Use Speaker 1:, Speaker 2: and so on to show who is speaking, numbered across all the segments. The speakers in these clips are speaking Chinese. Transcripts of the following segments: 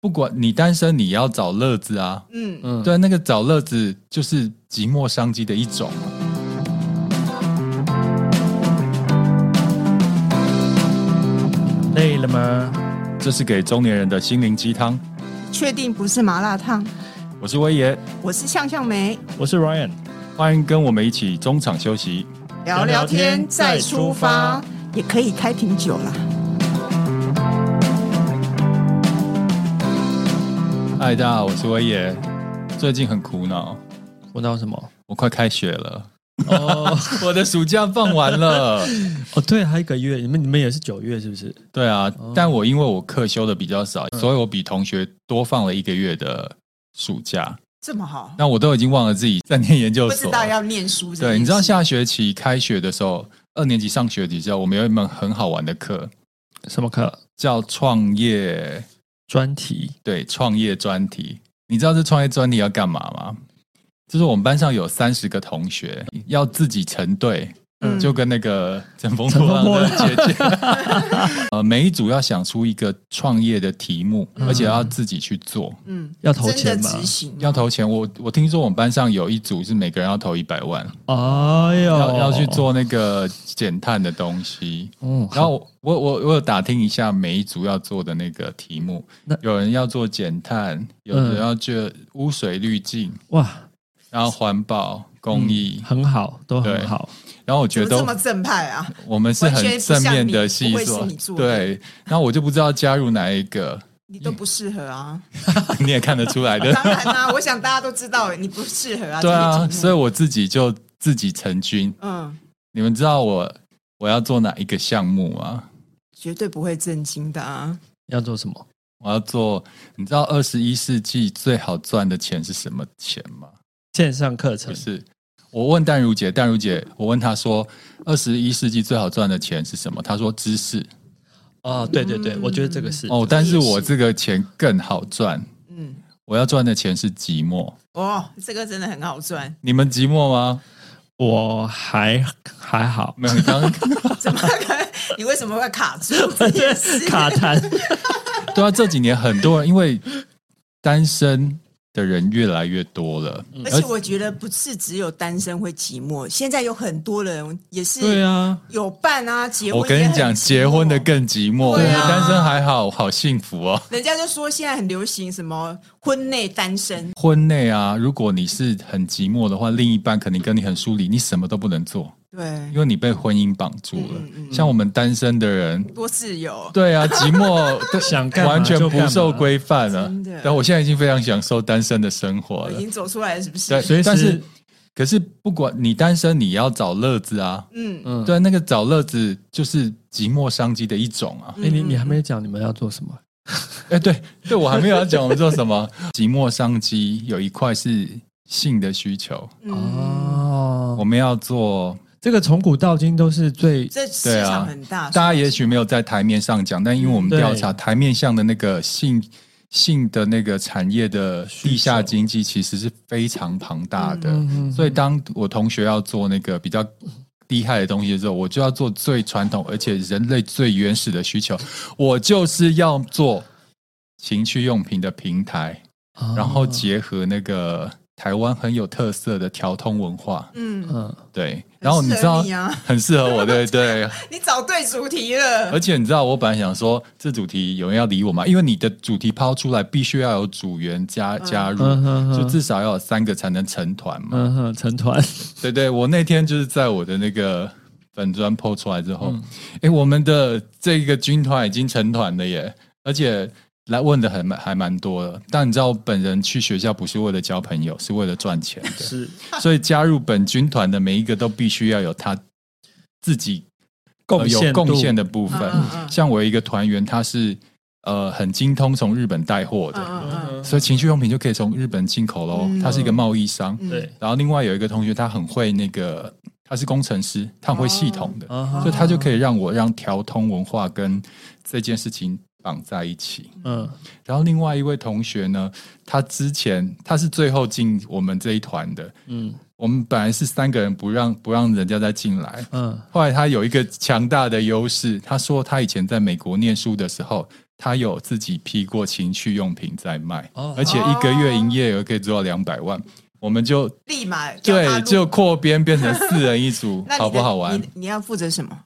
Speaker 1: 不管你单身，你也要找乐子啊。
Speaker 2: 嗯，
Speaker 3: 嗯，
Speaker 1: 对，那个找乐子就是寂寞商机的一种啊。
Speaker 3: 累了吗？
Speaker 1: 这是给中年人的心灵鸡汤。
Speaker 2: 确定不是麻辣烫。
Speaker 1: 我是威爷，
Speaker 2: 我是向向梅，
Speaker 3: 我是 Ryan，
Speaker 1: 欢迎跟我们一起中场休息。
Speaker 2: 聊
Speaker 3: 聊
Speaker 2: 聊
Speaker 3: 天
Speaker 2: 天再
Speaker 3: 再
Speaker 2: 出
Speaker 3: 出发
Speaker 2: 发，也可以开瓶酒啦。
Speaker 1: 嗨，大家好，我是威爷。最近很苦恼，
Speaker 3: 我道什么？
Speaker 1: 我快开学了，
Speaker 3: 哦
Speaker 1: 我的暑假放完 了。
Speaker 3: 哦，对，还有一个月，你们你们也是九月是不是？
Speaker 1: 对啊
Speaker 3: 哦，嗯
Speaker 1: 但我因为我课修的比较少，所以我比同学多放了一个月的暑假。
Speaker 2: 这么好，
Speaker 1: 那我都已经忘了自己在念研究
Speaker 2: 不
Speaker 1: 所，
Speaker 2: 知道要念书这件事。
Speaker 1: 对，你知道下学期开学的时候，二年级上学期之后，我们有一门很好玩的课
Speaker 3: 什么课？
Speaker 1: 叫创业，
Speaker 3: 专题？
Speaker 1: 对，创业专题。你知道这创业专题要干嘛吗？就是我们班上有三十个同学要自己成对，
Speaker 2: 嗯
Speaker 1: 就跟那个乘风
Speaker 3: 乘
Speaker 1: 破
Speaker 3: 风
Speaker 1: 浪
Speaker 3: 破
Speaker 1: 的
Speaker 3: 浪
Speaker 1: 姐姐， 呃，每一组要想出一个创业的题目，
Speaker 3: 嗯
Speaker 1: 而且要自己去做，
Speaker 2: 嗯，
Speaker 3: 要投
Speaker 2: 真的
Speaker 3: 钱吗？
Speaker 2: 执行
Speaker 1: 要投钱。我我听说我们班上有一组是每个人要投一百万，
Speaker 3: 哎呦，
Speaker 1: 要要去，做那个减碳的东西。
Speaker 3: 嗯，
Speaker 1: 然后我我我我有打听一下每一组要做的那个题目
Speaker 3: 那，
Speaker 1: 有人要做减碳，有人要做污水滤镜，
Speaker 3: 哇，
Speaker 1: 然后环保、公益，
Speaker 3: 嗯很好，都很好，
Speaker 1: 然后我
Speaker 2: 怎
Speaker 1: 觉
Speaker 2: 么这么
Speaker 1: 得
Speaker 2: 正派啊？
Speaker 1: 我们是很正面的系
Speaker 2: 完全不像
Speaker 1: 所
Speaker 2: 你不会是你，做的
Speaker 1: 对。然后我就不知道加入哪一个，
Speaker 2: 你都不适合啊！
Speaker 1: 你也看得出来的
Speaker 2: 当，然啦、我想大家都知道你不适合啊。
Speaker 1: 对啊。
Speaker 2: 这个节目
Speaker 1: 所以我自己就自己成军。
Speaker 2: 嗯，
Speaker 1: 你们知道我我要做哪一个项目吗？
Speaker 2: 绝对不会震惊的啊！
Speaker 3: 要做什么？
Speaker 1: 我要做，你知道二十一世纪最好赚的钱是什么钱吗？
Speaker 3: 线上课程
Speaker 1: 不是，我问淡如姐，淡如姐，我问她说，二十一世纪最好赚的钱是什么？她说知识。
Speaker 3: 哦，对对对，我觉得这个是
Speaker 1: 哦，但是我这个钱更好赚，
Speaker 2: 嗯，
Speaker 1: 我要赚的钱是寂寞。
Speaker 2: 哦，这个真的很好赚，
Speaker 1: 你们寂寞吗？
Speaker 3: 我还还好，
Speaker 1: 没有，你刚
Speaker 2: 怎么可能？你为什么会卡住这件事？
Speaker 3: 卡痰，
Speaker 1: 对啊，这几年很多人因为单身的人越来越多了，
Speaker 2: 嗯而且我觉得不是只有单身会寂寞，现在有很多人也
Speaker 3: 对
Speaker 2: 是
Speaker 3: 啊，
Speaker 2: 有伴啊，结婚。
Speaker 1: 我跟你讲，结婚的，更寂寞，
Speaker 2: 对啊
Speaker 1: 单身还好，好幸福哦。
Speaker 2: 人家就说现在很流行什么婚内单身，
Speaker 1: 婚内啊，如果你是很寂寞的话，另一半肯定跟你很疏离，你什么都不能做，
Speaker 2: 对
Speaker 1: 因，为你被婚姻绑住了。
Speaker 2: 嗯嗯嗯
Speaker 1: 像我们单身的人，
Speaker 2: 多自由。
Speaker 1: 对啊，寂 寞对
Speaker 3: 想干嘛
Speaker 1: 完全
Speaker 3: 就干
Speaker 1: 不
Speaker 3: 嘛
Speaker 1: 受规范了
Speaker 2: 真的。哎
Speaker 1: 但我现在已经非常享受单身的生活
Speaker 2: 我已
Speaker 1: 了。
Speaker 2: 经走出来了，是不是？
Speaker 1: 对，
Speaker 3: 随时
Speaker 1: 但是可是不管你单身，你也要找乐子啊。
Speaker 2: 嗯，
Speaker 3: 嗯，
Speaker 1: 对，那个找乐子就是寂寞商机的一种啊。
Speaker 3: 哎，你你还没讲你们要做什么？
Speaker 1: 哎，对对，我还没有要讲我们做什 么。寂寞商机有一块是性的需求，
Speaker 2: 嗯，
Speaker 1: 我
Speaker 3: 哦，
Speaker 1: 们要做
Speaker 3: 这个从古到今都是最
Speaker 2: 这市场很大，
Speaker 1: 啊大家也许没有在台面上讲，但因为我们
Speaker 3: 嗯对
Speaker 1: 调查台面上的那个性性的那个产业的地下经济，其实是非常庞大的。
Speaker 3: 嗯嗯
Speaker 1: 所以，当我同学要做那个比较厉害的东西的时候，我就要做最传统而且人类最原始的需求，我就是要做情趣用品的平台，然
Speaker 3: 哦
Speaker 1: 后结合那个台湾很有特色的调通文化。
Speaker 2: 嗯，
Speaker 3: 嗯，
Speaker 1: 对，然后你知
Speaker 2: 适
Speaker 1: 道
Speaker 2: 合你啊
Speaker 1: 很适合我，对 对。
Speaker 2: 你找对主题了
Speaker 1: 而。且你知道，我本来想说这主题有人要理我吗？因为你的主题抛出来，必须要有组员加加入，
Speaker 3: 嗯哼哼
Speaker 1: 就至少要有三个才能成团嘛。
Speaker 3: 嗯哼，成团，
Speaker 1: 对对，我那天就是在我的那个粉砖抛出来之后，
Speaker 3: 嗯
Speaker 1: 哎、我们的这个军团已经成团了耶，而且来问的很还蛮多的。但你知道，我本人去学校不是为了交朋友，是为了赚钱 的。
Speaker 3: 是
Speaker 1: 所以加入本军团的每一个都必须要有他自己呃
Speaker 3: 贡献
Speaker 1: 有贡献
Speaker 3: 度
Speaker 1: 的部分
Speaker 2: 嗯嗯。嗯
Speaker 1: 像我有一个团员，他是呃很精通从日本带货
Speaker 2: 嗯
Speaker 1: 的，
Speaker 2: 嗯嗯
Speaker 1: 所以情趣用品就可以从日本进口喽
Speaker 2: 嗯。
Speaker 1: 他是一个贸易商。
Speaker 2: 嗯，
Speaker 3: 对，
Speaker 1: 然后另外有一个同学，他很会那个，他是工程师，他很会系统的，
Speaker 3: 啊
Speaker 1: 所以
Speaker 3: 哈，
Speaker 1: 他就可以让我让调通文化跟这件事情绑在一起。
Speaker 3: 嗯，
Speaker 1: 然后另外一位同学呢，他之前他是最后进我们这一团的，
Speaker 3: 嗯
Speaker 1: 我们本来是三个人不让不让人家再进来，
Speaker 3: 嗯
Speaker 1: 后来他有一个强大的优势，他说他以前在美国念书的时候，他有自己批过情趣用品在卖，
Speaker 3: 哦
Speaker 1: 而且一个月营业额可以做到两百万，我们就
Speaker 2: 立马叫
Speaker 1: 对
Speaker 2: 他入，
Speaker 1: 就扩编变成四人一组
Speaker 2: 那你的
Speaker 1: 好不好玩
Speaker 2: 你？你要负责什么？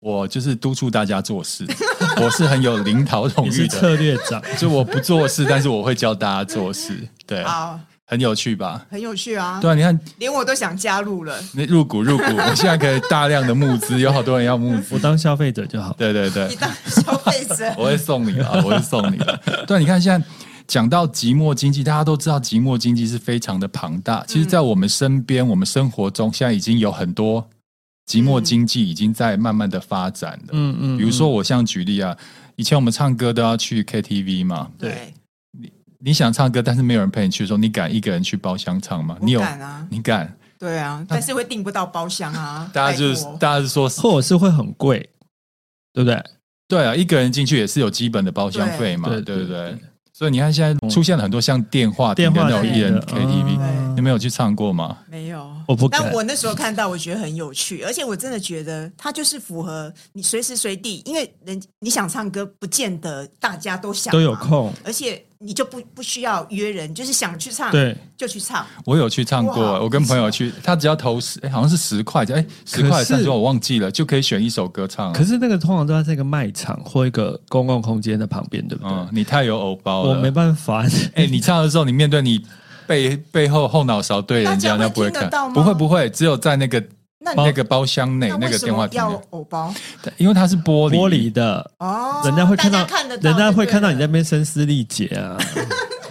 Speaker 1: 我就是督促大家做事， 我是很有领导统
Speaker 3: 你
Speaker 1: 御
Speaker 3: 是
Speaker 1: 的，
Speaker 3: 策略长，
Speaker 1: 就我不做事，但是我会教大家做事，对，
Speaker 2: 好，
Speaker 1: 很有趣吧？
Speaker 2: 很有趣啊，
Speaker 1: 对啊，你看
Speaker 2: 连我都想加入了。
Speaker 1: 那入股入股，我现在可以大量的募资，有好多人要募资
Speaker 3: 我，当消费者就好。
Speaker 1: 对对对
Speaker 2: 你，当消费 者
Speaker 1: 我会送你了，我会送你了。对，啊你看现在讲到寂寞经济，大家都知道寂寞经济是非常的庞大。其
Speaker 2: 嗯
Speaker 1: 实，在我们身边，我们生活中，现在已经有很多寂寞经济已经在慢慢的发展了。
Speaker 3: 嗯嗯
Speaker 1: 比如说，我像举例啊，以前我们唱歌都要去 KTV 嘛，
Speaker 3: 对，
Speaker 1: 你想唱歌，但是没有人陪你去的时候，你敢一个人去包厢唱吗？你
Speaker 2: 我
Speaker 1: 有？
Speaker 2: 敢啊，
Speaker 1: 你敢？
Speaker 2: 对啊，但是会订不到包厢 啊。
Speaker 1: 大家就
Speaker 2: 拜
Speaker 1: 是
Speaker 2: 托
Speaker 1: 大家就说
Speaker 3: 或者是会很贵，对不对？
Speaker 1: 对啊，一个人进去也是有基本的包厢费嘛，
Speaker 3: 对
Speaker 1: 对
Speaker 3: 对
Speaker 1: 不
Speaker 3: 对
Speaker 1: 对？所以你看现在出现了很多像电话亭
Speaker 3: 电
Speaker 1: 的
Speaker 3: 话
Speaker 1: 那种
Speaker 2: 亭
Speaker 1: 艺人
Speaker 3: 的
Speaker 1: KTV，、
Speaker 3: 嗯
Speaker 1: 你们有去唱过吗？
Speaker 2: 没有，
Speaker 3: 我不敢
Speaker 2: 但我那时候看到，我觉得很有趣，而且我真的觉得它就是符合你随时随地，因为人你想唱歌，不见得大家都想嘛
Speaker 3: 都有，空，
Speaker 2: 而且你就不不需要约人，就是想去唱
Speaker 3: 对，
Speaker 2: 就去唱。
Speaker 1: 我有去唱过，
Speaker 2: 哇
Speaker 1: 我跟朋友去，他只要投十，哎，好像是十块钱，哎，十块
Speaker 3: 可是
Speaker 1: 三十，我忘记了，就可以选一首歌唱啊、
Speaker 3: 可是那个通常都在这个卖场或一个公共空间的旁边，对不对？
Speaker 1: 嗯，你太有偶包
Speaker 3: 我
Speaker 1: 了。
Speaker 3: 没办法，
Speaker 1: 哎，你唱的时候，你面对你背背后后脑勺对人家，
Speaker 2: 大家会
Speaker 1: 那不会
Speaker 2: 听得
Speaker 1: 看
Speaker 2: 到，吗
Speaker 1: 不会不会，只有在那个
Speaker 2: 那你
Speaker 1: 那个包厢内
Speaker 2: 那
Speaker 1: 那
Speaker 2: 为
Speaker 1: 个
Speaker 2: 什
Speaker 1: 电话
Speaker 2: 么
Speaker 1: 亭
Speaker 2: 要
Speaker 1: 内，
Speaker 2: 偶包？
Speaker 1: 因为它是玻璃
Speaker 3: 玻璃的，
Speaker 2: 哦，
Speaker 3: 人家会看
Speaker 2: 大
Speaker 3: 到
Speaker 2: 家看得，到
Speaker 3: 人家会看到你在那
Speaker 2: 就
Speaker 3: 边声嘶力竭 啊，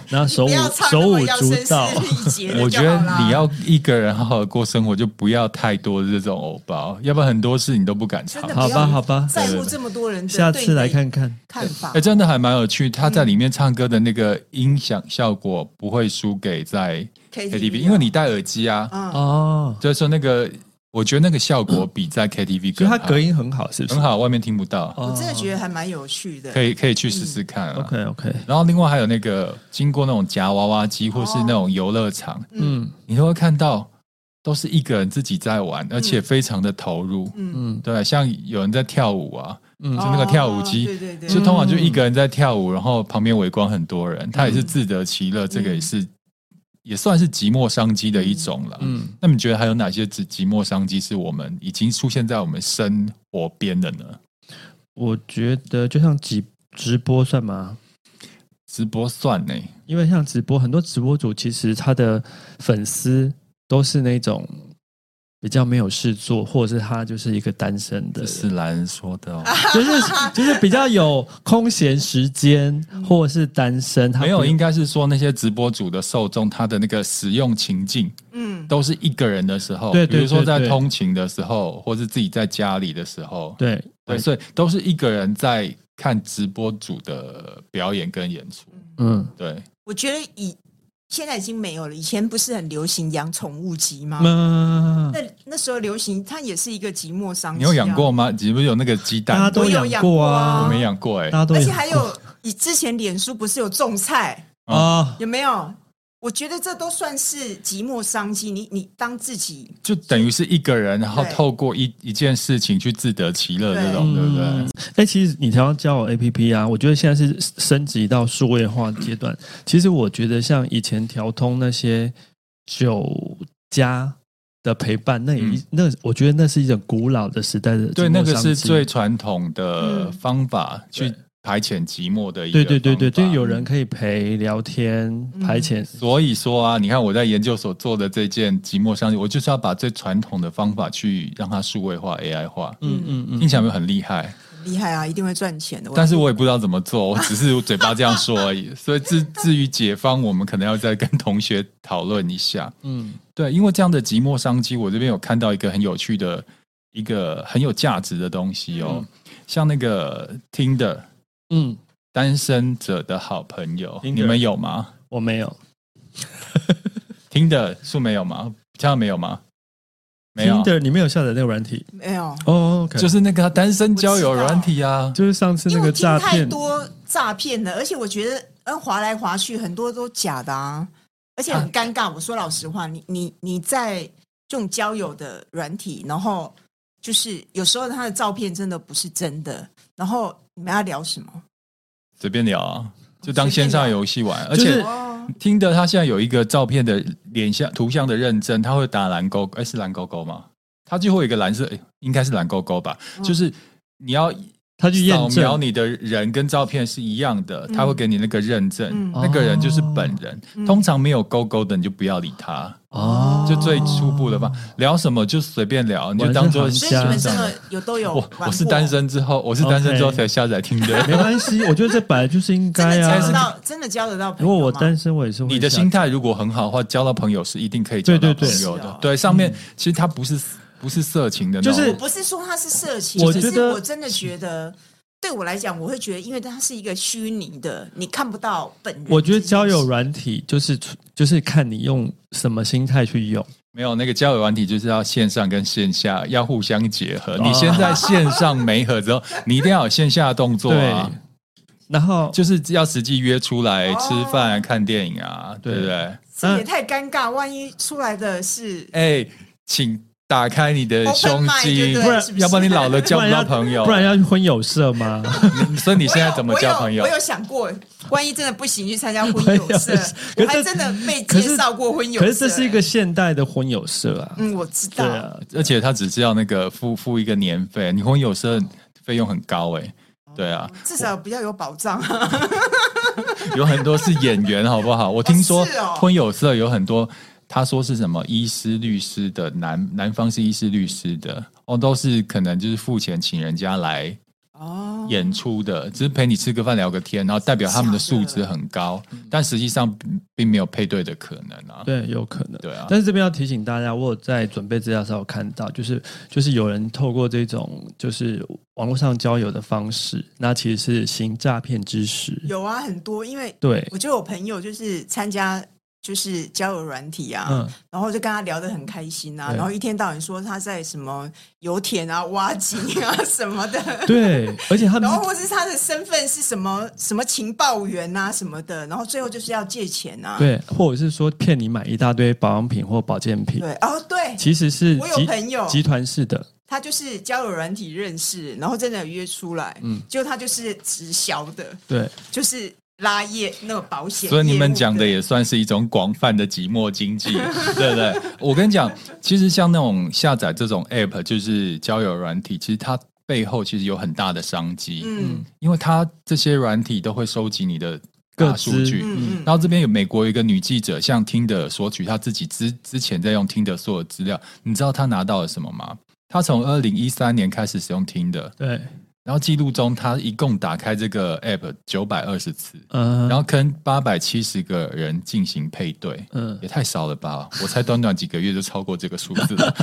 Speaker 3: 然后手
Speaker 2: 对了。不要
Speaker 3: 舞
Speaker 2: 唱
Speaker 3: 手
Speaker 2: 那么
Speaker 3: 舞
Speaker 2: 要
Speaker 3: 足
Speaker 2: 声嘶
Speaker 3: 蹈，
Speaker 2: 力竭的
Speaker 1: 我
Speaker 2: 就
Speaker 1: 觉得
Speaker 2: 好啦
Speaker 1: 你要一个人好好的过生活，就不要太多的这种偶包，要不然很多事你都不敢尝
Speaker 2: 真的。
Speaker 3: 好
Speaker 2: 不要
Speaker 3: 吧好吧，
Speaker 2: 在乎这么多人的
Speaker 3: 下
Speaker 2: 对
Speaker 3: 次
Speaker 2: 你
Speaker 3: 来看看。
Speaker 2: 看法
Speaker 1: 哎、。真的还蛮有趣。他在里面唱歌的那个音响效果不会输给在 KTV，因为你戴耳机啊，
Speaker 2: 啊嗯，
Speaker 3: 哦，
Speaker 1: 所以说那个我觉得那个效果比在 KTV
Speaker 3: 所
Speaker 1: 更
Speaker 3: 以
Speaker 1: 好，
Speaker 3: 它隔音很好，是不是？
Speaker 1: 很好，外面听不到，
Speaker 3: 哦，嗯
Speaker 2: 我真的觉得还蛮有趣的。
Speaker 1: 可以可以去试试看、啊。
Speaker 3: OK OK，
Speaker 1: 然后另外还有那个经过那种夹娃娃机或
Speaker 2: 哦
Speaker 1: 是那种游乐场，
Speaker 3: 嗯
Speaker 1: 你都会看到都是一个人自己在玩，而且非常的投入。
Speaker 2: 嗯，
Speaker 3: 嗯
Speaker 1: 对，像有人在跳舞啊，
Speaker 3: 嗯
Speaker 1: 就，那个跳舞
Speaker 2: 哦
Speaker 1: 机
Speaker 2: 对对对，
Speaker 1: 就通常就一个人在跳舞，然后旁边围观很多人，他也是自得其乐，这个也是也算是寂寞商机的一种了。
Speaker 3: 嗯
Speaker 1: 那你觉得还有哪些寂寂寞商机是我们已经出现在我们生活边的呢？
Speaker 3: 我觉得就像直直播算吗？
Speaker 1: 直播算呢？
Speaker 3: 因为像直播，很多直播主其实他的粉丝都是那种比较没有事做，或者是他就是一个单身
Speaker 1: 这
Speaker 3: 的人，
Speaker 1: 是男人说的哦，
Speaker 3: 就是 就是比较有空闲时间，或者是单身，他
Speaker 1: 没有，
Speaker 3: 不
Speaker 1: 应该是说那些直播主的受众，他的那个使用情境
Speaker 2: 嗯，
Speaker 1: 都是一个人的时候，
Speaker 3: 对
Speaker 1: 比
Speaker 3: 对
Speaker 1: 如说在
Speaker 3: 对对
Speaker 1: 通勤的时候，或是自己在家里的时候，
Speaker 3: 对
Speaker 1: 对，所以都是一个人在看直播主的表演跟演出。
Speaker 3: 嗯，
Speaker 1: 对，
Speaker 2: 我觉得以现在已经没有了，以前不是很流行养宠物鸡吗？
Speaker 3: 那
Speaker 2: 那那时候流行，它也是一个寂寞商、啊。
Speaker 1: 你有养过？吗？你不是有那个鸡
Speaker 3: 大
Speaker 1: 蛋？
Speaker 3: 家都
Speaker 2: 我有
Speaker 3: 养
Speaker 2: 养
Speaker 3: 过
Speaker 2: 过
Speaker 3: 啊，
Speaker 2: 啊
Speaker 1: 我没养过哎、
Speaker 3: 大家都
Speaker 2: 而且
Speaker 3: 养
Speaker 2: 还有，以之前脸书不是有种菜，
Speaker 3: 啊，
Speaker 2: 有没有？我觉得这都算是寂寞商机。你你当自己
Speaker 1: 就等于是一个人，然后
Speaker 2: 对
Speaker 1: 透过一一件事情去自得其乐
Speaker 2: 对
Speaker 1: 这种，对不
Speaker 3: 嗯
Speaker 1: 对？
Speaker 3: 哎、其实你调到交友 APP 啊，我觉得现在是升级到数位化阶段。其实我觉得像以前调通那些酒家的陪伴，那也一、那我觉得那是一种古老的时代的
Speaker 1: 嗯对，
Speaker 3: 寂寞
Speaker 1: 那个
Speaker 3: 商
Speaker 1: 是
Speaker 3: 机
Speaker 1: 最传统的
Speaker 2: 嗯
Speaker 1: 方法
Speaker 3: 对
Speaker 1: 去排遣寂寞的一个
Speaker 3: 对对对对，
Speaker 1: 方
Speaker 3: 就
Speaker 1: 法
Speaker 3: 有人可以陪聊天、
Speaker 2: 嗯
Speaker 3: 排遣，
Speaker 1: 所以说啊，你看我在研究所做的这件寂寞商机，我就是要把最传统的方法去让它数位化、AI 化，
Speaker 3: 嗯嗯嗯，
Speaker 1: 听起来有没有很厉害？
Speaker 2: 很厉害啊，一定会赚钱的。
Speaker 1: 但是我也不知道怎么做，我只是嘴巴这样说而已。所以至至于解方，我们可能要再跟同学讨论一下。
Speaker 3: 嗯
Speaker 1: 对，因为这样的寂寞商机，我这边有看到一个很有趣的、一个很有价值的东西哦，像那个 Tinder
Speaker 3: 嗯，
Speaker 1: 单身者的好朋友
Speaker 3: Tinder
Speaker 1: 你们有吗
Speaker 3: 我没有，
Speaker 1: ？Tinder 素梅有吗？这样没有吗？没有，嗯
Speaker 3: Tinder 你没有下载那个软体
Speaker 2: 没有，
Speaker 3: 哦，OK，
Speaker 1: 就是是那个单身交友软体啊。
Speaker 3: 就是上次
Speaker 2: 因
Speaker 3: 那
Speaker 2: 为我
Speaker 3: 个
Speaker 2: 听
Speaker 3: 诈
Speaker 2: 太
Speaker 3: 骗，
Speaker 2: 多诈骗了，而且我觉得，嗯，划来划去很多都假的啊，而且很尴尬。我说老实话，你你你在这种交友的软体，然后就是有时候他的照片真的不是真的，然后你们要聊什么？
Speaker 1: 随便聊啊，就当线上游戏玩。而且
Speaker 3: 是
Speaker 2: 哦，
Speaker 1: 听的它现在有一个照片的脸像图像的认证，它会打蓝勾，哎、是蓝勾勾吗？它就会有一个蓝色，哎应该是蓝勾勾吧？
Speaker 2: 嗯
Speaker 1: 就是你要
Speaker 3: 他去验
Speaker 1: 扫描
Speaker 3: 证，
Speaker 1: 你的人跟照片是一样的，他会给你那个认证，
Speaker 2: 嗯
Speaker 1: 那个人就是本人。
Speaker 2: 嗯
Speaker 1: 通常没有勾勾的，你就不要理他，
Speaker 3: 哦
Speaker 1: 就最初步的吧。聊什么就随便聊，你就当做
Speaker 3: 我还是
Speaker 2: 所以你们
Speaker 3: 家
Speaker 2: 这
Speaker 3: 长
Speaker 2: 个有都有
Speaker 1: 哦我
Speaker 2: 玩哦过
Speaker 1: 我是单，身之后，我是单身之后
Speaker 3: OK
Speaker 1: 才下载听
Speaker 3: 没
Speaker 1: 的。
Speaker 3: 关系，我觉得这本来就是应
Speaker 2: 真的
Speaker 3: 该
Speaker 2: 交得
Speaker 3: 啊。
Speaker 2: 到，真的交得到朋
Speaker 3: 如
Speaker 2: 友
Speaker 3: 果
Speaker 2: 吗。
Speaker 3: 我单身，我也是 会
Speaker 1: 你的
Speaker 3: 想
Speaker 1: 心态如果很好的话，交到朋友是一定可以交到
Speaker 3: 对
Speaker 1: 朋
Speaker 3: 对对
Speaker 1: 友
Speaker 2: 是
Speaker 1: 的
Speaker 2: 啊。
Speaker 1: 对，上面其实它不是不是色情的那种，
Speaker 3: 就是
Speaker 2: 不是说他是色情，
Speaker 3: 我
Speaker 2: 只
Speaker 3: 觉
Speaker 2: 是
Speaker 3: 得
Speaker 2: 我真的觉得，对我来讲，我会觉得，因为它是一个虚拟的，你看不到本人。
Speaker 3: 我觉得交友，软体就是就是看你用什么心态去用，
Speaker 1: 没有那个交友软体，就是要线上跟线下要互相结合。
Speaker 3: 哦
Speaker 1: 你先在线上没合之后，你一定要有线下的动作啊，
Speaker 3: 然后
Speaker 1: 就是要实际约出来
Speaker 2: 哦
Speaker 1: 吃饭、看电影啊，对不对？
Speaker 3: 嗯
Speaker 2: 这也太尴尬，万一出来的是
Speaker 1: 哎、请打开你的
Speaker 2: Open
Speaker 1: 胸
Speaker 2: mind，
Speaker 1: 襟，不
Speaker 2: 对是
Speaker 1: 然
Speaker 2: 不是
Speaker 1: 要不然你老了交不到朋友
Speaker 3: 不。然要去婚友社 吗？
Speaker 1: 你所以你
Speaker 2: 我
Speaker 1: 现在
Speaker 2: 有
Speaker 1: 怎么交朋友
Speaker 2: 我有？我有想过，万一真的不行去参加婚友社
Speaker 3: 婚友社，
Speaker 2: 我
Speaker 3: 可是
Speaker 2: 还
Speaker 3: 这
Speaker 2: 真的被
Speaker 3: 可
Speaker 2: 介
Speaker 3: 是
Speaker 2: 绍过婚友社。
Speaker 3: 可是这是一个现代的婚友社啊，
Speaker 2: 嗯，我知道
Speaker 3: 对，啊，
Speaker 1: 而且他只是要那个付付一个年费，你婚友社费用很高哎、
Speaker 2: 哦
Speaker 1: 对啊，
Speaker 2: 至少比较有保障。啊
Speaker 1: 有很多是演员，好不好？我听说
Speaker 2: 是哦
Speaker 1: 婚友社有很多，他说是什么医师、律师的，男男方是医师、律师的，哦，都是可能就是付钱请人家来
Speaker 2: 哦，
Speaker 1: 演出的，只是陪你吃个饭、聊个天，然后代表他们的素质很高，
Speaker 2: 嗯
Speaker 1: 但实际上并并没有配对的可能啊。
Speaker 3: 对，有可能。
Speaker 1: 对啊，
Speaker 3: 但是这边要提醒大家，我有在准备资料的时候有看到，就是就是有人透过这种就是网络上交友的方式，那其实是行诈骗之实。
Speaker 2: 有啊，很多，因为
Speaker 3: 对，
Speaker 2: 我就有朋友就是参加就是交友软体啊，
Speaker 3: 嗯，
Speaker 2: 然后就跟他聊得很开心啊，
Speaker 3: 对
Speaker 2: 然后一天到晚说他在什么油田啊、挖井啊 什么的，
Speaker 3: 对，而
Speaker 1: 嗯
Speaker 3: 且他们
Speaker 2: 然
Speaker 3: 是
Speaker 2: 后或是他的身份是什么什么情报员啊什么的，然后最后就是要借钱啊，
Speaker 3: 对，或者是说骗你买一大堆保养品或保健品，
Speaker 2: 对，哦对，
Speaker 3: 其实是
Speaker 2: 我有
Speaker 3: 集
Speaker 2: 朋友
Speaker 3: 集团式的，
Speaker 2: 他就是交友软体认识，然后真的有约出来，嗯，就他就是直销的，
Speaker 3: 对，
Speaker 2: 就是拉业那个保险业务，
Speaker 1: 所以你们讲的也算是一种广泛的寂寞经 济，对不对？我跟你讲，其实像那种下载这种 app，就是交友软体，其实它背后其实有很大的商机，
Speaker 2: 嗯
Speaker 1: 因为它这些软体都会收集你的
Speaker 3: 各
Speaker 1: 大数据。
Speaker 2: 嗯嗯，
Speaker 1: 然后这边有美国有一个女记者向听的索取她自己之之前在用听的所有资料，你知道她拿到了什么吗？她从二零一三年开始使用听的，
Speaker 3: 对，
Speaker 1: 然后记录中她一共打开这个 app 九百二十次，
Speaker 3: 嗯、
Speaker 1: 然后跟八百七十个人进行配对，
Speaker 3: 嗯，
Speaker 1: 也太少了 吧？我才短短几个月就超过这个数字了。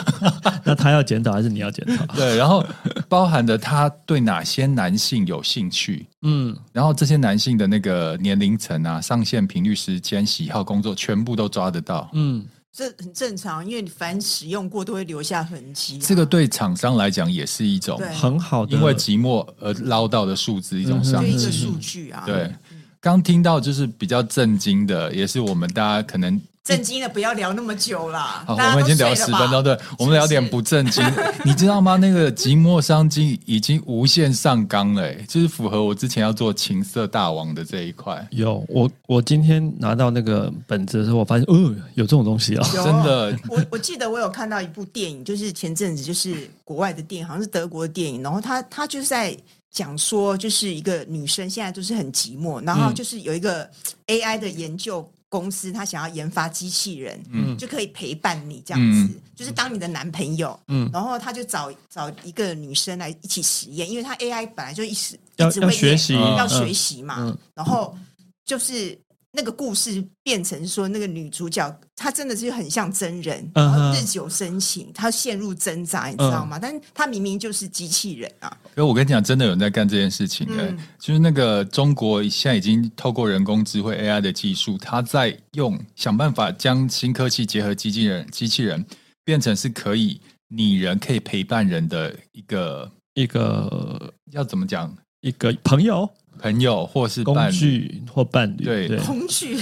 Speaker 3: 那他要检讨还是你要检讨？
Speaker 1: 对，然后包含了他对哪些男性有兴趣，
Speaker 3: 嗯，
Speaker 1: 然后这些男性的那个年龄层啊、上线频率、时间、喜好、工作，全部都抓得到。
Speaker 3: 嗯，
Speaker 2: 这很正常，因为你凡使用过都会留下痕迹啊、
Speaker 1: 这个对厂商来讲也是一种
Speaker 2: 对
Speaker 3: 很好的，
Speaker 1: 因为寂寞而捞到的数字，一种
Speaker 2: 就
Speaker 1: 商
Speaker 2: 一
Speaker 1: 机。
Speaker 2: 个数据啊，
Speaker 1: 对，刚听到就是比较震惊的，也是我们大家可能
Speaker 2: 震惊的不要聊那么久啦。
Speaker 1: 好，
Speaker 2: 大家
Speaker 1: 我们已经聊了十分钟，
Speaker 2: 都
Speaker 1: 对，我们聊点不正经， 你知道吗？那个寂寞商机已经无限上纲了、欸，就是符合我之前要做情色大王的这一块，
Speaker 3: 有我，我今天拿到那个本子的时候，我发现，哦，有这种东西啊！
Speaker 2: 睡了吧。有
Speaker 1: 真的，
Speaker 2: 我我记得我有看到一部电影，就是前阵子就是国外的电影，好像是德国的电影，然后他他就是在讲说，就是一个女生现在就是很寂寞，然后
Speaker 3: 嗯
Speaker 2: 就是有一个 AI 的研究公司，他想要研发机器人，
Speaker 1: 嗯
Speaker 2: 就可以陪伴你这样子，
Speaker 1: 嗯
Speaker 2: 就是当你的男朋友，
Speaker 3: 嗯
Speaker 2: 然后他就找找一个女生来一起实验，因为他 AI 本来就一直
Speaker 3: 要
Speaker 2: 一直
Speaker 3: 要
Speaker 2: 会
Speaker 3: 学
Speaker 2: 练
Speaker 3: 习，
Speaker 1: 嗯
Speaker 2: 要学
Speaker 3: 习，
Speaker 2: 习嘛，
Speaker 3: 嗯
Speaker 2: 然后就是那个故事变成说，那个女主角她真的是很像真人，
Speaker 3: 嗯
Speaker 2: 然
Speaker 3: 哼
Speaker 2: 后日久生情，她陷入挣扎，你知道
Speaker 1: 嗯
Speaker 2: 吗？但是她明明就是机器人啊，
Speaker 1: 可我跟你讲，真的有人在干这件事情哎、
Speaker 2: 嗯
Speaker 1: 就是那个中国现在已经透过人工智慧 AI 的技术，它在用想办法将新科技结合机器人，机器人变成是可以拟人、可以陪伴人的一个
Speaker 3: 一个
Speaker 1: 要怎么讲，
Speaker 3: 一个朋友、
Speaker 1: 朋友或是
Speaker 3: 工
Speaker 1: 伴侣。
Speaker 3: 具或伴侣，
Speaker 1: 对
Speaker 3: 对
Speaker 2: 工 具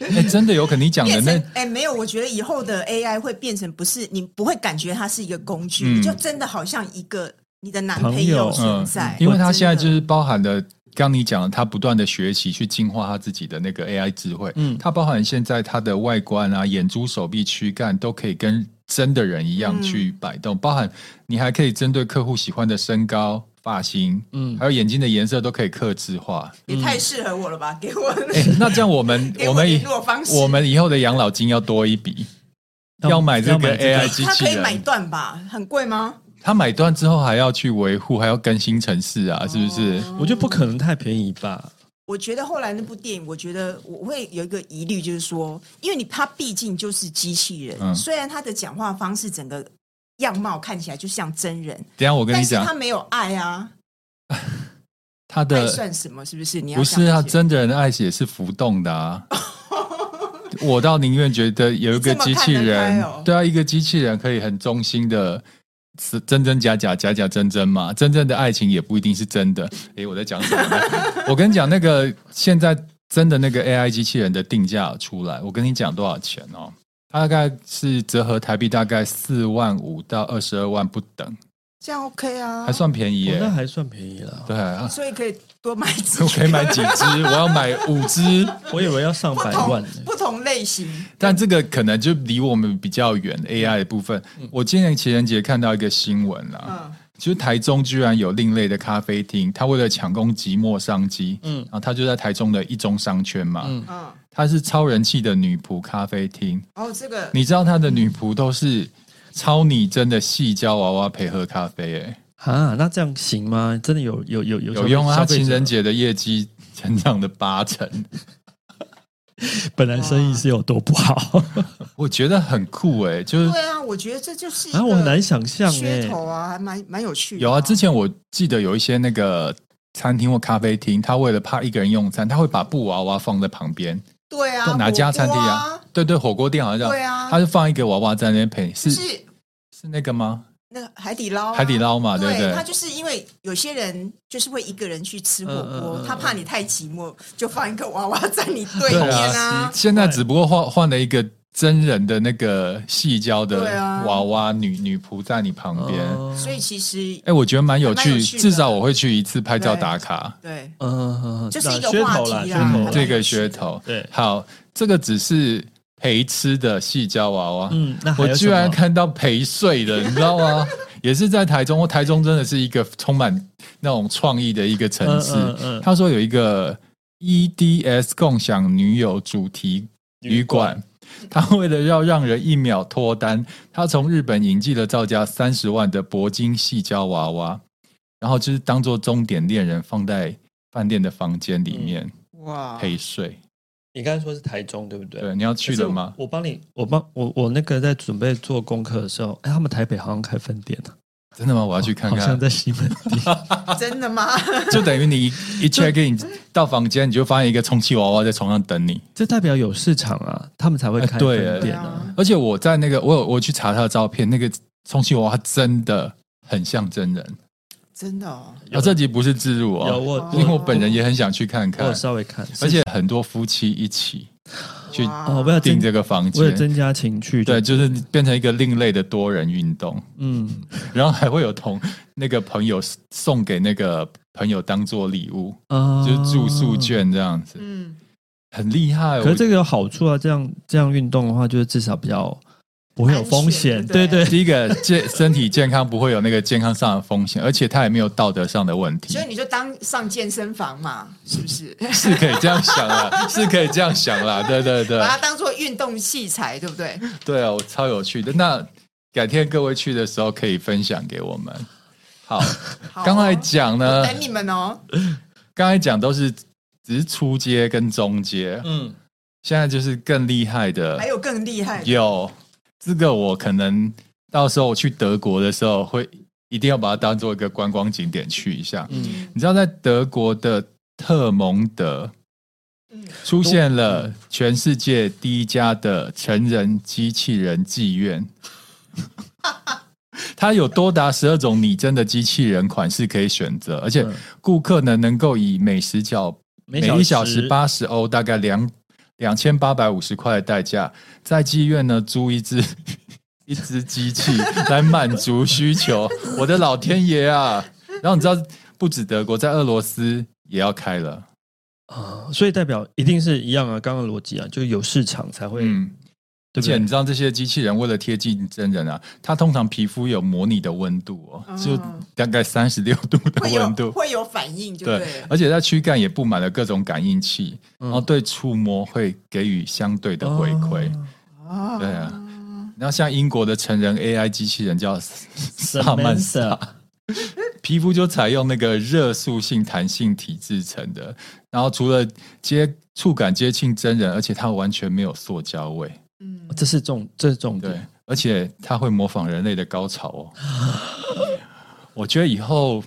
Speaker 1: 哎、真的有可能你讲的
Speaker 2: 变
Speaker 1: 那
Speaker 2: 成哎、没有，我觉得以后的 AI 会变成不是你不会感觉它是一个工具，
Speaker 1: 嗯
Speaker 2: 你就真的好像一个你的男
Speaker 3: 朋
Speaker 2: 朋友
Speaker 3: 友
Speaker 2: 存在，
Speaker 1: 因为它
Speaker 2: 真
Speaker 1: 现在
Speaker 2: 的
Speaker 1: 就是包含了刚你讲了，他不断的学习去进化他自己的那个 AI 智慧，
Speaker 3: 嗯，
Speaker 1: 它包含现在它的外观啊、眼珠、手臂、躯干都可以跟真的人一样
Speaker 2: 嗯
Speaker 1: 去摆动，包含你还可以针对客户喜欢的身高、发型，
Speaker 3: 嗯
Speaker 1: 还有眼睛的颜色都可以克制 化。
Speaker 2: 也太适合我了吧？给我
Speaker 1: 嗯哎、那这样我们
Speaker 2: 给
Speaker 1: 我
Speaker 2: 我
Speaker 1: 们以
Speaker 2: 联络方式
Speaker 1: 我们以后的养老金要多一笔，要买这个 AI 机
Speaker 2: 他
Speaker 1: 器
Speaker 2: 可以买
Speaker 1: 人。
Speaker 2: 断吧？很贵吗？
Speaker 1: 他买断之后还要去维护，还要更新城市啊，是不是？
Speaker 2: 哦
Speaker 3: 我觉得不可能太便宜吧？
Speaker 2: 我觉得后来那部电影，我觉得我会有一个疑虑，就是说，因为你他毕竟就是机器人，
Speaker 1: 嗯
Speaker 2: 虽然他的讲话方式、整个样貌看起来就像真人，
Speaker 1: 等一下我跟
Speaker 2: 但
Speaker 1: 你
Speaker 2: 是
Speaker 1: 讲
Speaker 2: 他，没有爱啊，
Speaker 1: 他
Speaker 2: 爱
Speaker 1: 的
Speaker 2: 算什么？是不是？你要
Speaker 1: 不是
Speaker 2: 想
Speaker 1: 啊，
Speaker 2: 这些
Speaker 1: 真的人的爱也是浮动的啊。我倒宁愿觉得有一个机器
Speaker 2: 这么看
Speaker 1: 人，
Speaker 2: 得开哦
Speaker 1: 对啊，一个机器人可以很忠心的，是真真假假，假假真真嘛。真正的爱情也不一定是真的。诶，我在讲什么呢？ 我跟你讲，那个现在真的那个 AI 机器人的定价出来，我跟你讲多少钱哦？它大概是折合台币大概四万五到二十二万不等，
Speaker 2: 这样 OK 啊，
Speaker 1: 还算便宜
Speaker 3: 哦
Speaker 1: 耶、
Speaker 3: 那还算便宜了。
Speaker 1: 对啊，
Speaker 2: 所以可以多买几
Speaker 1: 我可以买几只？我要买五只。
Speaker 3: 我以为要上
Speaker 2: 不
Speaker 3: 百
Speaker 2: 同
Speaker 3: 万呢。
Speaker 2: 不同类型，
Speaker 1: 但这个可能就离我们比较远，AI 的部分。我今年情人节看到一个新闻啦、
Speaker 2: 嗯，
Speaker 1: 就是台中居然有另类的咖啡厅，他为了抢攻寂寞商机，嗯
Speaker 3: 嗯，
Speaker 1: 然后他就在台中的一中商圈嘛，
Speaker 3: 嗯
Speaker 2: 嗯，
Speaker 1: 它是超人气的女仆咖啡厅。
Speaker 2: 哦，这个
Speaker 1: 你知道他的女仆都是超拟真的细胶娃娃陪喝咖啡、欸，
Speaker 3: 啊，那这样行吗？真的有有有有消
Speaker 1: 有
Speaker 3: 费
Speaker 1: 用啊！
Speaker 3: 消
Speaker 1: 他
Speaker 3: 费者
Speaker 1: 情人节的业绩成长的八成，
Speaker 3: 本来生意是有多不
Speaker 2: 哦
Speaker 3: 好
Speaker 1: 我觉得很酷哎、就是
Speaker 2: 对啊，我觉得这就是一
Speaker 3: 啊，我
Speaker 2: 个
Speaker 3: 难想象哎
Speaker 2: 噱。头啊，还蛮蛮有趣的、
Speaker 1: 欸 有啊，之前我记得有一些那个餐厅或咖啡厅，他为了怕一个人用餐，他会把布娃娃放在旁边。
Speaker 2: 对啊，
Speaker 1: 这哪家餐厅
Speaker 2: 火锅
Speaker 1: 啊？？对对，火锅店好像这样。
Speaker 2: 对啊
Speaker 1: 他就放一个娃娃在那边陪，
Speaker 2: 就是
Speaker 1: 是
Speaker 2: 是
Speaker 1: 那个吗？
Speaker 2: 那个海底捞啊、
Speaker 1: 海底捞嘛，对
Speaker 2: 对
Speaker 1: 不对
Speaker 2: 他？就是因为有些人就是会一个人去吃火
Speaker 3: 嗯
Speaker 2: 锅，
Speaker 3: 嗯嗯
Speaker 2: 他怕你太寂寞，就放一个娃娃在你对
Speaker 1: 对
Speaker 2: 面
Speaker 1: 啊
Speaker 2: 啊，。
Speaker 1: 现在只不过换换了一个真人的那个细胶的
Speaker 2: 对啊
Speaker 1: 娃娃女女仆在你旁边。
Speaker 3: 哦
Speaker 2: 所以其实
Speaker 1: 哎，我觉得蛮有
Speaker 2: 还蛮
Speaker 1: 趣，
Speaker 2: 有趣的
Speaker 1: 至少我会去一次拍照打卡。
Speaker 2: 对
Speaker 3: 嗯嗯，嗯
Speaker 2: 就是一个
Speaker 3: 噱头
Speaker 2: 话
Speaker 3: 啦，
Speaker 2: 题啊
Speaker 3: 噱头
Speaker 1: 嗯
Speaker 3: 啦，
Speaker 1: 这个噱头。
Speaker 3: 对，
Speaker 1: 好，这个只是陪吃的细胶娃娃。
Speaker 3: 嗯，那还
Speaker 1: 我
Speaker 3: 有
Speaker 1: 居
Speaker 3: 什
Speaker 1: 然
Speaker 3: 么
Speaker 1: 看到陪睡的，你知道吗？ 也是在台中，台中真的是一个充满那种创意的一个城市。
Speaker 3: 嗯嗯嗯，
Speaker 1: 他说有一个 EDS 共享女友主题旅馆，他为了要让人一秒脱单，他从日本引进了造价三十万的铂金细胶娃娃，然后就是当做终点恋人放在饭店的房间里
Speaker 3: 嗯
Speaker 1: 面
Speaker 2: 哇，
Speaker 1: 陪睡。
Speaker 3: 你刚才说是台中啊对不对？
Speaker 1: 对，你要去了吗
Speaker 3: 可是？我我帮你，我帮我我那个在准备做功课的时候，哎，他们台北好像开分店了，
Speaker 1: 真的吗？我要去看
Speaker 3: 好像
Speaker 1: 看。
Speaker 3: 在西门町。
Speaker 2: 真的吗？
Speaker 1: 就等于你一一 check in 到房间，你就发现一个充气娃娃在床上等你。
Speaker 3: 这代表有市场啊，他们才会
Speaker 1: 哎
Speaker 3: 开
Speaker 1: 对
Speaker 3: 分
Speaker 1: 哎
Speaker 2: 对
Speaker 3: 店啊。
Speaker 2: 啊，
Speaker 1: 而且我在那个，我有我去查他的照片，那个充气娃娃真的很像真人。
Speaker 2: 真的哦，
Speaker 1: 啊，这集不是自入
Speaker 3: 有
Speaker 1: 哦，
Speaker 3: 我，
Speaker 1: 因为我本人也很想去看
Speaker 3: 我
Speaker 1: 看
Speaker 3: 有，稍微看，是
Speaker 1: 而且很多夫妻一起去
Speaker 2: 哇
Speaker 3: 哦，为了
Speaker 1: 订
Speaker 3: 增，
Speaker 1: 这个房
Speaker 3: 为了
Speaker 1: 间。
Speaker 3: 增加情趣，
Speaker 1: 对，，就是变成一个另类的多人运动，
Speaker 3: 嗯，
Speaker 1: 然后还会有同那个朋友送给那个朋友当做礼物，
Speaker 3: 啊
Speaker 1: 就是住宿。券这样子，
Speaker 2: 嗯，
Speaker 1: 很厉害。
Speaker 3: 可
Speaker 1: 我
Speaker 3: 是这个有好处啊，这样这样运动的话，就是至少比较不会有风险。
Speaker 2: 安全
Speaker 3: 对
Speaker 2: 对不对
Speaker 3: 对，
Speaker 1: 第一个健身体健康不会有那个健康上的风险，而且它也没有道德上的问题
Speaker 2: 所以，你就当上健身房嘛，是不是？
Speaker 1: 是可以这样想啦，是可以这样想啦，对对对
Speaker 2: 把它当做运动器材，对不对？
Speaker 1: 对啊，我超有趣的。那改天各位去的时候可以分享给我们。好，
Speaker 2: 好哦
Speaker 1: 刚才呃讲
Speaker 2: 我
Speaker 1: 呢，
Speaker 2: 等你们哦，
Speaker 1: 刚才讲都是只是初阶跟中阶，
Speaker 3: 嗯，
Speaker 1: 现在就是更厉害的
Speaker 2: 还，有更厉害的，
Speaker 1: 有这个我可能到时候我去德国的时候会一定要把它当做一个观光景点去一下。
Speaker 3: 嗯
Speaker 1: 你知道，在德国的特蒙德
Speaker 2: 嗯
Speaker 1: 出现了全世界第一家的成人机器人妓院，它有多达十二种拟真的机器人款式可以选择，而且
Speaker 3: 嗯
Speaker 1: 顾客呢能够以每时角
Speaker 3: 每
Speaker 1: 一小时，八十欧，大概两两千八百五十块的代价，在妓院呢租一只 一只机器来满足需求。我的老天爷啊！然后你知道，不止德国，在俄罗斯也要开了。嗯
Speaker 3: 啊，所以代表一定是一样啊，刚刚的逻辑啊，就有市场才会，
Speaker 1: 嗯，而
Speaker 3: 对不
Speaker 1: 且
Speaker 3: 对
Speaker 1: 你？知道这些机器人为了贴近真人啊，它通常皮肤有模拟的温度哦，就
Speaker 2: 嗯
Speaker 1: 大概三十六度的
Speaker 2: 会
Speaker 1: 温
Speaker 2: 有
Speaker 1: 度。
Speaker 2: 会有反应，就
Speaker 1: 对
Speaker 2: 对了。
Speaker 1: 而且在躯干也布满了各种感应器，
Speaker 3: 嗯
Speaker 1: 然后哦对触摸会给予相对的回馈。
Speaker 3: 哦
Speaker 2: 啊
Speaker 1: 对啊然后像英国的成人 AI 机器人叫萨曼莎
Speaker 3: Samantha，
Speaker 1: 皮肤就采用那个热塑性弹性体制成的，然后除了接触感接近真人，而且它完全没有塑胶味，
Speaker 2: 嗯，
Speaker 3: 这是重，这是重
Speaker 1: 对
Speaker 3: 点。，
Speaker 1: 而且它会模仿人类的高潮哦。 我觉得以后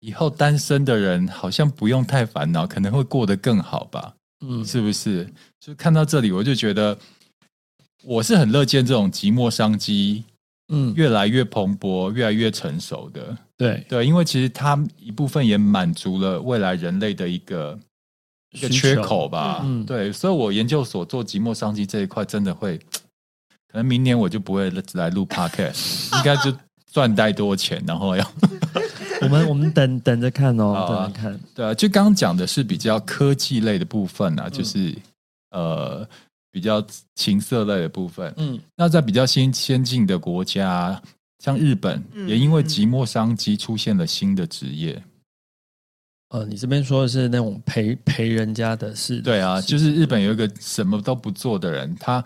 Speaker 1: 以后单身的人好像不用太烦恼，可能会过得更好吧。
Speaker 3: 嗯，
Speaker 1: 是不是？就看到这里，我就觉得我是很乐见这种即墨商机
Speaker 3: 嗯，
Speaker 1: 越来越蓬勃、越来越成熟的。
Speaker 3: 对，
Speaker 1: 对，啊因为其实它一部分也满足了未来人类的一个一个
Speaker 3: 需
Speaker 1: 缺
Speaker 3: 求
Speaker 1: 口吧。
Speaker 3: 嗯
Speaker 1: 对，所以我研究所做即墨商机这一块，真的会，可能明年我就不会来录 podcast，应该就赚太多钱，然后要
Speaker 3: 我们我们等等着看
Speaker 1: 好
Speaker 3: 哦，
Speaker 1: 啊
Speaker 3: 等着看。
Speaker 1: 对啊，就刚刚讲的是比较科技类的部分啊，就是、呃比较情色类的部分。
Speaker 3: 嗯，
Speaker 1: 那在比较先先进的国家，啊像日本，
Speaker 2: 嗯
Speaker 1: 也因为即墨商机出现了新的职业。
Speaker 3: 呃，你这边说的是那种陪陪人家的事，
Speaker 1: 对啊，
Speaker 3: 嗯是
Speaker 1: 就是日本有一个什么都不做的人，他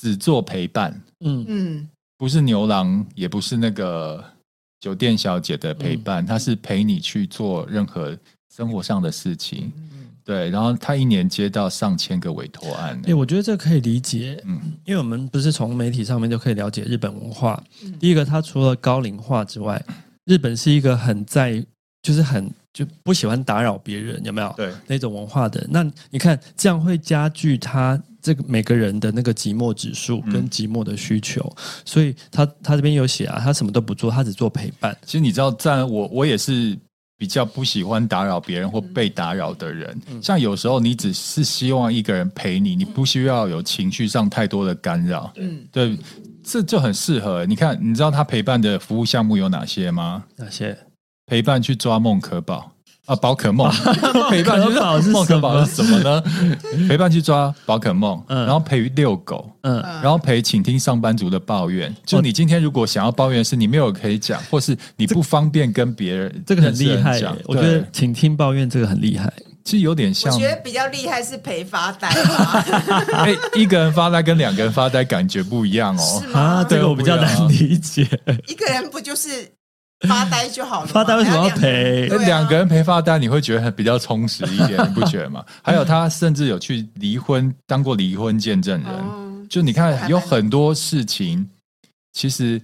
Speaker 1: 只做陪伴，
Speaker 3: 嗯
Speaker 2: 嗯
Speaker 1: 不是牛郎，也不是那个酒店小姐的陪伴，他是陪你去做任何生活上的事情。
Speaker 3: 嗯，
Speaker 1: 对，然后他一年接到上千个委托案欸
Speaker 3: 哎，。我觉得这可以理解，
Speaker 1: 嗯，
Speaker 3: 因为我们不是从媒体上面就可以了解日本文化。
Speaker 2: 嗯
Speaker 3: 第一个，它除了高龄化之外，日本是一个很在，就是很就不喜欢打扰别人，有没有？
Speaker 1: 对，
Speaker 3: 那种文化的。那你看，这样会加剧他这个每个人的那个寂寞指数
Speaker 1: 嗯
Speaker 3: 跟寂寞的需求。所以他他这边有写啊，他什么都不做，他只做陪伴。
Speaker 1: 其实你知道，在我我也是比较不喜欢打扰别人或被打扰的人。像有时候你只是希望一个人陪你，你不需要有情绪上太多的干扰。
Speaker 2: 嗯，
Speaker 1: 对，这就很适合。你看，你知道他陪伴的服务项目有哪些吗？
Speaker 3: 那些
Speaker 1: 陪伴去抓梦可宝啊，宝可梦。陪伴去抓
Speaker 3: 宝是
Speaker 1: 梦可
Speaker 3: 什
Speaker 1: 宝
Speaker 3: 么
Speaker 1: 是什么呢？陪伴去抓宝可梦，
Speaker 3: 嗯
Speaker 1: 然后陪遛狗，
Speaker 3: 嗯，
Speaker 2: 嗯
Speaker 1: 然后陪请听上班族的抱
Speaker 3: 哦
Speaker 1: 怨，就你今天如果想要抱怨的是你没有可以讲，或是你不方便跟别人
Speaker 3: 这个很
Speaker 1: 认识的
Speaker 3: 厉
Speaker 1: 人
Speaker 3: 害耶、
Speaker 1: 讲
Speaker 3: 我觉得
Speaker 1: 对
Speaker 3: 请听抱怨这个很厉害。
Speaker 1: 其实有点
Speaker 2: 我
Speaker 1: 像，
Speaker 2: 觉得比较厉害是陪发呆 吧，
Speaker 1: 哎，一个人发呆跟两个人发呆感觉不一样哦
Speaker 2: 是。
Speaker 3: 啊，
Speaker 2: 吗？
Speaker 3: 这个我比较难理解。
Speaker 2: 一个人不就是发呆就好了吗？
Speaker 3: 发呆为什么要陪
Speaker 1: 那
Speaker 2: 对啊
Speaker 1: 哎两个人陪发呆，你会觉得很比较充实一点，你不觉得
Speaker 2: 哦
Speaker 1: 吗？还有他甚至有去离婚，当过离婚见证人，
Speaker 3: 啊
Speaker 2: 哦
Speaker 1: 就你看
Speaker 2: 还
Speaker 1: 有
Speaker 2: 蛮
Speaker 1: 很多事情其实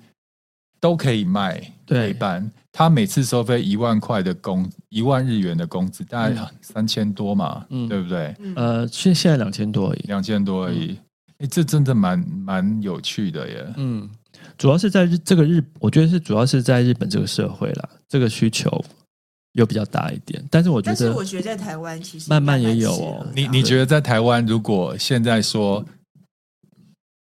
Speaker 1: 都可以卖。陪
Speaker 3: 对，
Speaker 1: 伴，他每次收费一万块的工，一万日元的工资，大概三千多嘛，
Speaker 3: 嗯
Speaker 1: 对不对？
Speaker 2: 嗯
Speaker 3: 呃，现现在两千多而已。
Speaker 1: 两千多而已，哎、这真的蛮蛮有趣的耶。
Speaker 3: 嗯，主要是在日这个日，我觉得是主要是在日本这个社会啦，这个需求又比较大一点。但是我觉
Speaker 2: 但是
Speaker 3: 得
Speaker 2: 我觉得在台湾其实
Speaker 3: 慢慢
Speaker 2: 应该
Speaker 3: 也
Speaker 2: 蛮
Speaker 3: 有
Speaker 2: 适
Speaker 3: 哦
Speaker 2: 合的啊
Speaker 1: 你你觉得在台湾，如果现在说
Speaker 3: 嗯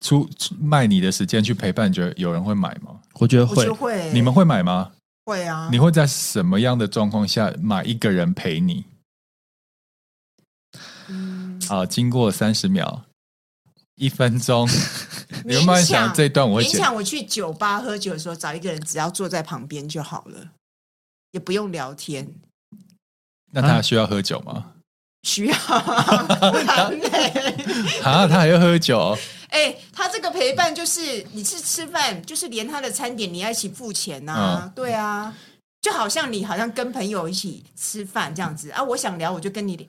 Speaker 1: 出出卖你的时间去陪伴，你觉得有人会买吗？
Speaker 3: 我觉得
Speaker 2: 我
Speaker 3: 会
Speaker 2: 觉得会，
Speaker 1: 你们会买吗？
Speaker 2: 会啊？
Speaker 1: 你会在什么样的状况下买一个人陪你？
Speaker 2: 嗯
Speaker 1: 好，啊经过三十秒、一分 钟，你们慢
Speaker 2: 勉
Speaker 1: 慢想
Speaker 2: 强
Speaker 1: 这一段，我会
Speaker 2: 勉
Speaker 1: 剪
Speaker 2: 强我去酒吧喝酒的时候，找一个人只要坐在旁边就好了，也不用聊天。
Speaker 1: 那他需要喝酒吗？
Speaker 2: 需要 啊很累。
Speaker 1: 啊，他还要喝酒？
Speaker 2: 哎、他这个陪伴就是你是吃饭，就是连他的餐点你要一起付钱呐、啊
Speaker 1: 嗯
Speaker 2: 对啊，就好像你好像跟朋友一起吃饭这样子啊，我想聊我就跟你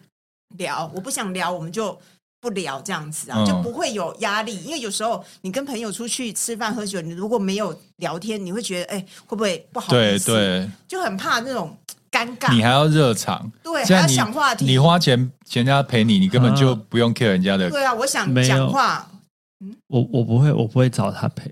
Speaker 2: 聊，我不想聊我们就。不聊这样子啊，
Speaker 1: 嗯
Speaker 2: 就不会有压力，因为有时候你跟朋友出去吃饭喝酒，你如果没有聊天，你会觉得哎、会不会不好意
Speaker 1: 对
Speaker 2: 思？，
Speaker 1: 对，
Speaker 2: 就很怕那种尴尬。
Speaker 1: 你还要热场，
Speaker 2: 对，
Speaker 1: 现在
Speaker 2: 还要
Speaker 1: 你
Speaker 2: 想话题。
Speaker 1: 你花钱钱人家陪你，你根本就不用 care 人家的。
Speaker 2: 对啊，我想
Speaker 3: 没有
Speaker 2: 讲话，
Speaker 3: 我我不会我不会找他陪，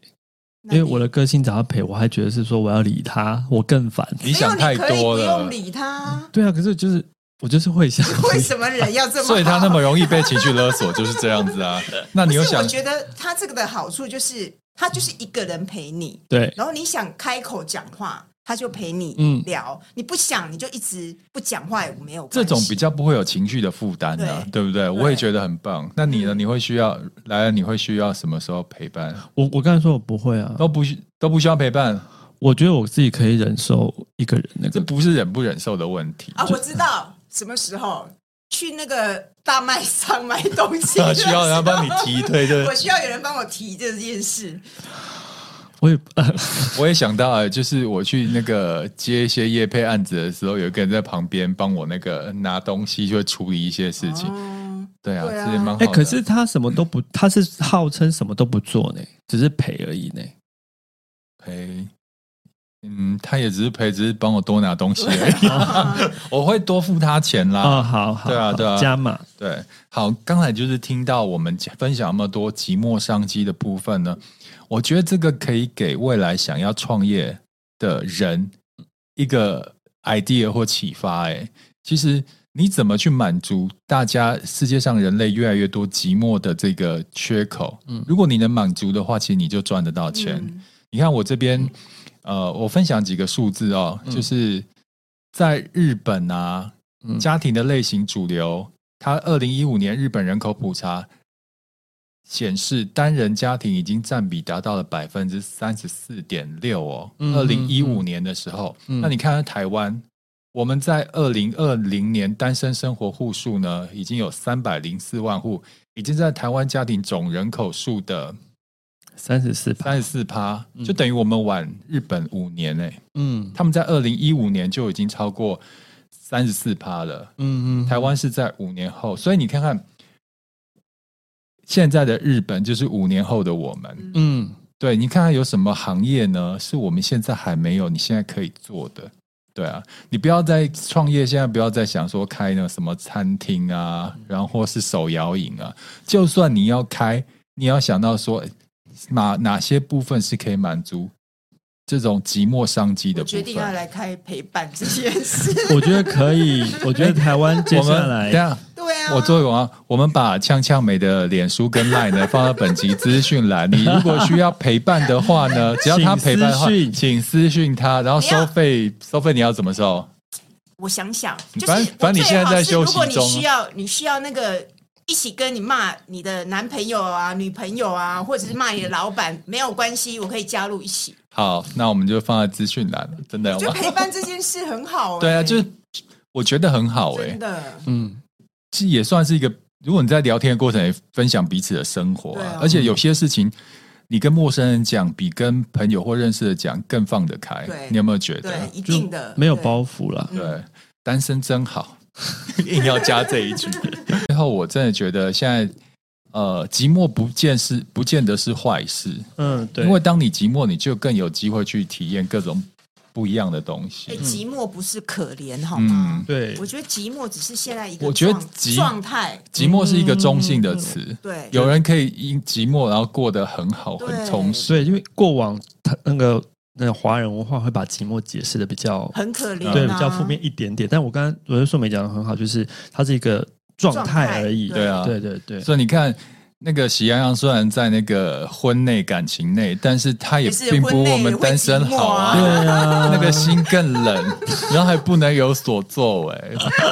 Speaker 2: 那
Speaker 3: 因为
Speaker 2: 你
Speaker 3: 我的个性找他陪，我还觉得是说我要理他，我更烦。
Speaker 1: 你想太多
Speaker 2: 没有你
Speaker 1: 了
Speaker 2: 可以不，用理他。
Speaker 3: 对啊，可是就是我就是会想理，
Speaker 2: 为什么人要这么好？
Speaker 1: 所以他那么容易被情绪勒索，就是这样子啊。那
Speaker 2: 不
Speaker 1: 你
Speaker 2: 是
Speaker 1: 有想
Speaker 2: 我觉得他这个的好处就是，他就是一个人陪你，
Speaker 3: 对
Speaker 2: 然后你想开口讲话，他就陪你
Speaker 3: 嗯
Speaker 2: 聊；你不想，你就一直不讲话也没有关系。
Speaker 1: 这种比较不会有情绪的负担的、啊，对不对？我也觉得很棒。那
Speaker 2: 嗯
Speaker 1: 你呢？你会需要来了？你会需要什么时候陪伴？
Speaker 3: 我我刚才说我不会啊，
Speaker 2: 哦
Speaker 1: 都不需都不需要陪伴，
Speaker 3: 我觉得我自己可以忍受一个人那
Speaker 1: 这
Speaker 3: 个，
Speaker 1: 不是忍不忍受的问题，，
Speaker 2: 啊，我知道什么时候去那个大卖场买东 西
Speaker 1: 啊需要人家帮你 踢对对
Speaker 2: 我需要有人帮我提这件事。
Speaker 3: 我也、 呃、
Speaker 1: 我也想到，就是我去那个接一些业配案子的时候，有一个人在旁边帮我那个拿东西，就会处理一些事情。
Speaker 2: 哦
Speaker 1: 对啊，
Speaker 2: 对啊
Speaker 1: 这也蛮好的。
Speaker 3: 哎、可是他什么都不，他是号称什么都不做呢，只是陪而已呢。
Speaker 1: 陪，嗯，他也只是陪，只是帮我多拿东西而 已。
Speaker 2: 哦
Speaker 1: 我会多付他钱啦。
Speaker 3: 啊、好好，
Speaker 1: 对啊
Speaker 3: 好
Speaker 1: 对啊
Speaker 3: 加码，
Speaker 1: 对，好，刚才就是听到我们分享那么多寂寞商机的部分呢，我觉得这个可以给未来想要创业的人一个 idea 或启发。哎，其实你怎么去满足大家世界上人类越来越多寂寞的这个缺口？嗯
Speaker 3: 嗯，
Speaker 1: 如果你能满足的话，其实你就赚得到钱。
Speaker 2: 嗯
Speaker 1: 你看我这边，呃，我分享几个数字哦，
Speaker 3: 嗯
Speaker 1: 就是在日本啊，
Speaker 3: 嗯，
Speaker 1: 家庭的类型主流，它二零一五年日本人口普查显示，单人家庭已经占比达到了百分之三十四点六哦。
Speaker 3: 嗯
Speaker 1: 二零一五
Speaker 3: 嗯
Speaker 1: 年的时候，
Speaker 3: 嗯
Speaker 1: 那你看看台湾，我们在二零二零年单身生活户数呢，已经有三百零四万户，已经在台湾家庭总人口数的
Speaker 3: 三十四趴，
Speaker 1: 三十四趴，
Speaker 3: 嗯
Speaker 1: 就等于我们晚日本五年诶、
Speaker 3: 嗯
Speaker 1: 他们在二零一五年就已经超过三十四趴了。
Speaker 3: 嗯嗯，
Speaker 1: 台湾是在五年后，所以你看看现在的日本就是五年后的我们。
Speaker 2: 嗯
Speaker 3: 嗯
Speaker 1: 对你看看有什么行业呢？是我们现在还没有，你现在可以做的。对啊，你不要再创业，现在不要再想说开那什么餐厅啊，
Speaker 3: 嗯
Speaker 1: 然后或是手摇饮啊。就算你要开，你要想到说诶哪哪些部分是可以满足这种寂寞商机的
Speaker 2: 我
Speaker 1: 部分。
Speaker 2: 决定要来开陪伴这件事。
Speaker 3: 我觉得可 以，我觉得台湾接
Speaker 1: 我们
Speaker 3: 下
Speaker 1: 等
Speaker 3: 来
Speaker 1: 一下
Speaker 2: 对啊，
Speaker 1: 我作为王，我们把呛呛美的脸书跟 LINE 呢放到本集资讯栏。你如果需要陪伴的话 呢，只要他陪伴的话
Speaker 3: 请私，讯
Speaker 1: 请私讯他，然后收费收费你要怎么收？
Speaker 2: 我想想，就是
Speaker 1: 反正反正你
Speaker 2: 我最
Speaker 1: 现在
Speaker 2: 好
Speaker 1: 在
Speaker 2: 是
Speaker 1: 休息
Speaker 2: 如果
Speaker 1: 中啊
Speaker 2: 你需要，你需要那个一起跟你骂你的男朋友啊、女朋友啊，或者是骂你的老板，没有关系，我可以加入一起。
Speaker 1: 好，那我们就放在资讯栏，真的
Speaker 2: 我
Speaker 1: 有
Speaker 2: 觉得
Speaker 1: 吗？
Speaker 2: 陪伴这件事很好、欸。
Speaker 1: 对啊，就是我觉得很好哎、
Speaker 2: 真的。
Speaker 3: 嗯
Speaker 1: 其实也算是一个，如果你在聊天的过程也分享彼此的生活、
Speaker 2: 对
Speaker 1: 啊
Speaker 2: 啊，
Speaker 1: 而且有些事情。你跟陌生人讲，比跟朋友或认识的讲更放得开
Speaker 2: 对，
Speaker 1: 你有没有觉得？
Speaker 2: 对，一定的
Speaker 3: 没有
Speaker 2: 对
Speaker 3: 包袱
Speaker 2: 嗯
Speaker 3: 啦。
Speaker 1: 对，单身真好， 硬要加这 一句。最后，我真的觉得现在，呃，寂寞不见是不见得是坏事，
Speaker 3: 嗯，对，
Speaker 1: 因为当你寂寞，你就更有机会去体验各种不一样的东
Speaker 2: 哎，
Speaker 1: 西。
Speaker 2: 寂寞不是可怜好
Speaker 1: 嗯
Speaker 2: 吗，？
Speaker 3: 对
Speaker 2: 我觉得寂寞只是现在一个
Speaker 1: 我觉得
Speaker 2: 状
Speaker 1: 寂
Speaker 2: 状态，
Speaker 1: 寂寞是一个中性的词，
Speaker 2: 嗯对，
Speaker 1: 有人可以因寂寞然后过得很好，很
Speaker 2: 对
Speaker 1: 充实。
Speaker 3: 对，因为过往他那个那个华人文化会把寂寞解释的比较
Speaker 2: 很可怜、啊，
Speaker 3: 对比较负面一点点，但我刚刚我觉得硕美讲的很好，就是它是一个状
Speaker 2: 状态
Speaker 3: 态而已。
Speaker 2: 对
Speaker 1: 啊
Speaker 3: 对对对，
Speaker 1: 所以你看，那个喜羊羊虽然在那个婚内感情内，但是他也
Speaker 2: 可是
Speaker 1: 并不
Speaker 2: 婚内
Speaker 1: 我们
Speaker 2: 也会
Speaker 1: 单身好啊，
Speaker 2: 寂寞
Speaker 3: 对啊
Speaker 1: 那个心更冷，然后还不能有所作为。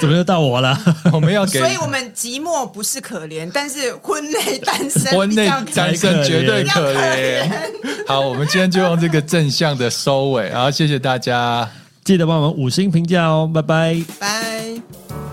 Speaker 3: 怎么又到我了？
Speaker 1: 我们要给
Speaker 2: 所以我们寂寞不是可怜，但是婚内单身
Speaker 1: 婚内
Speaker 2: 比较可怜
Speaker 1: 单身绝对可怜
Speaker 2: 比。
Speaker 1: 好，我们今天就用这个正向的收尾，然后谢谢大家。
Speaker 3: 记得帮我们五星评价哦，拜拜。
Speaker 2: 拜。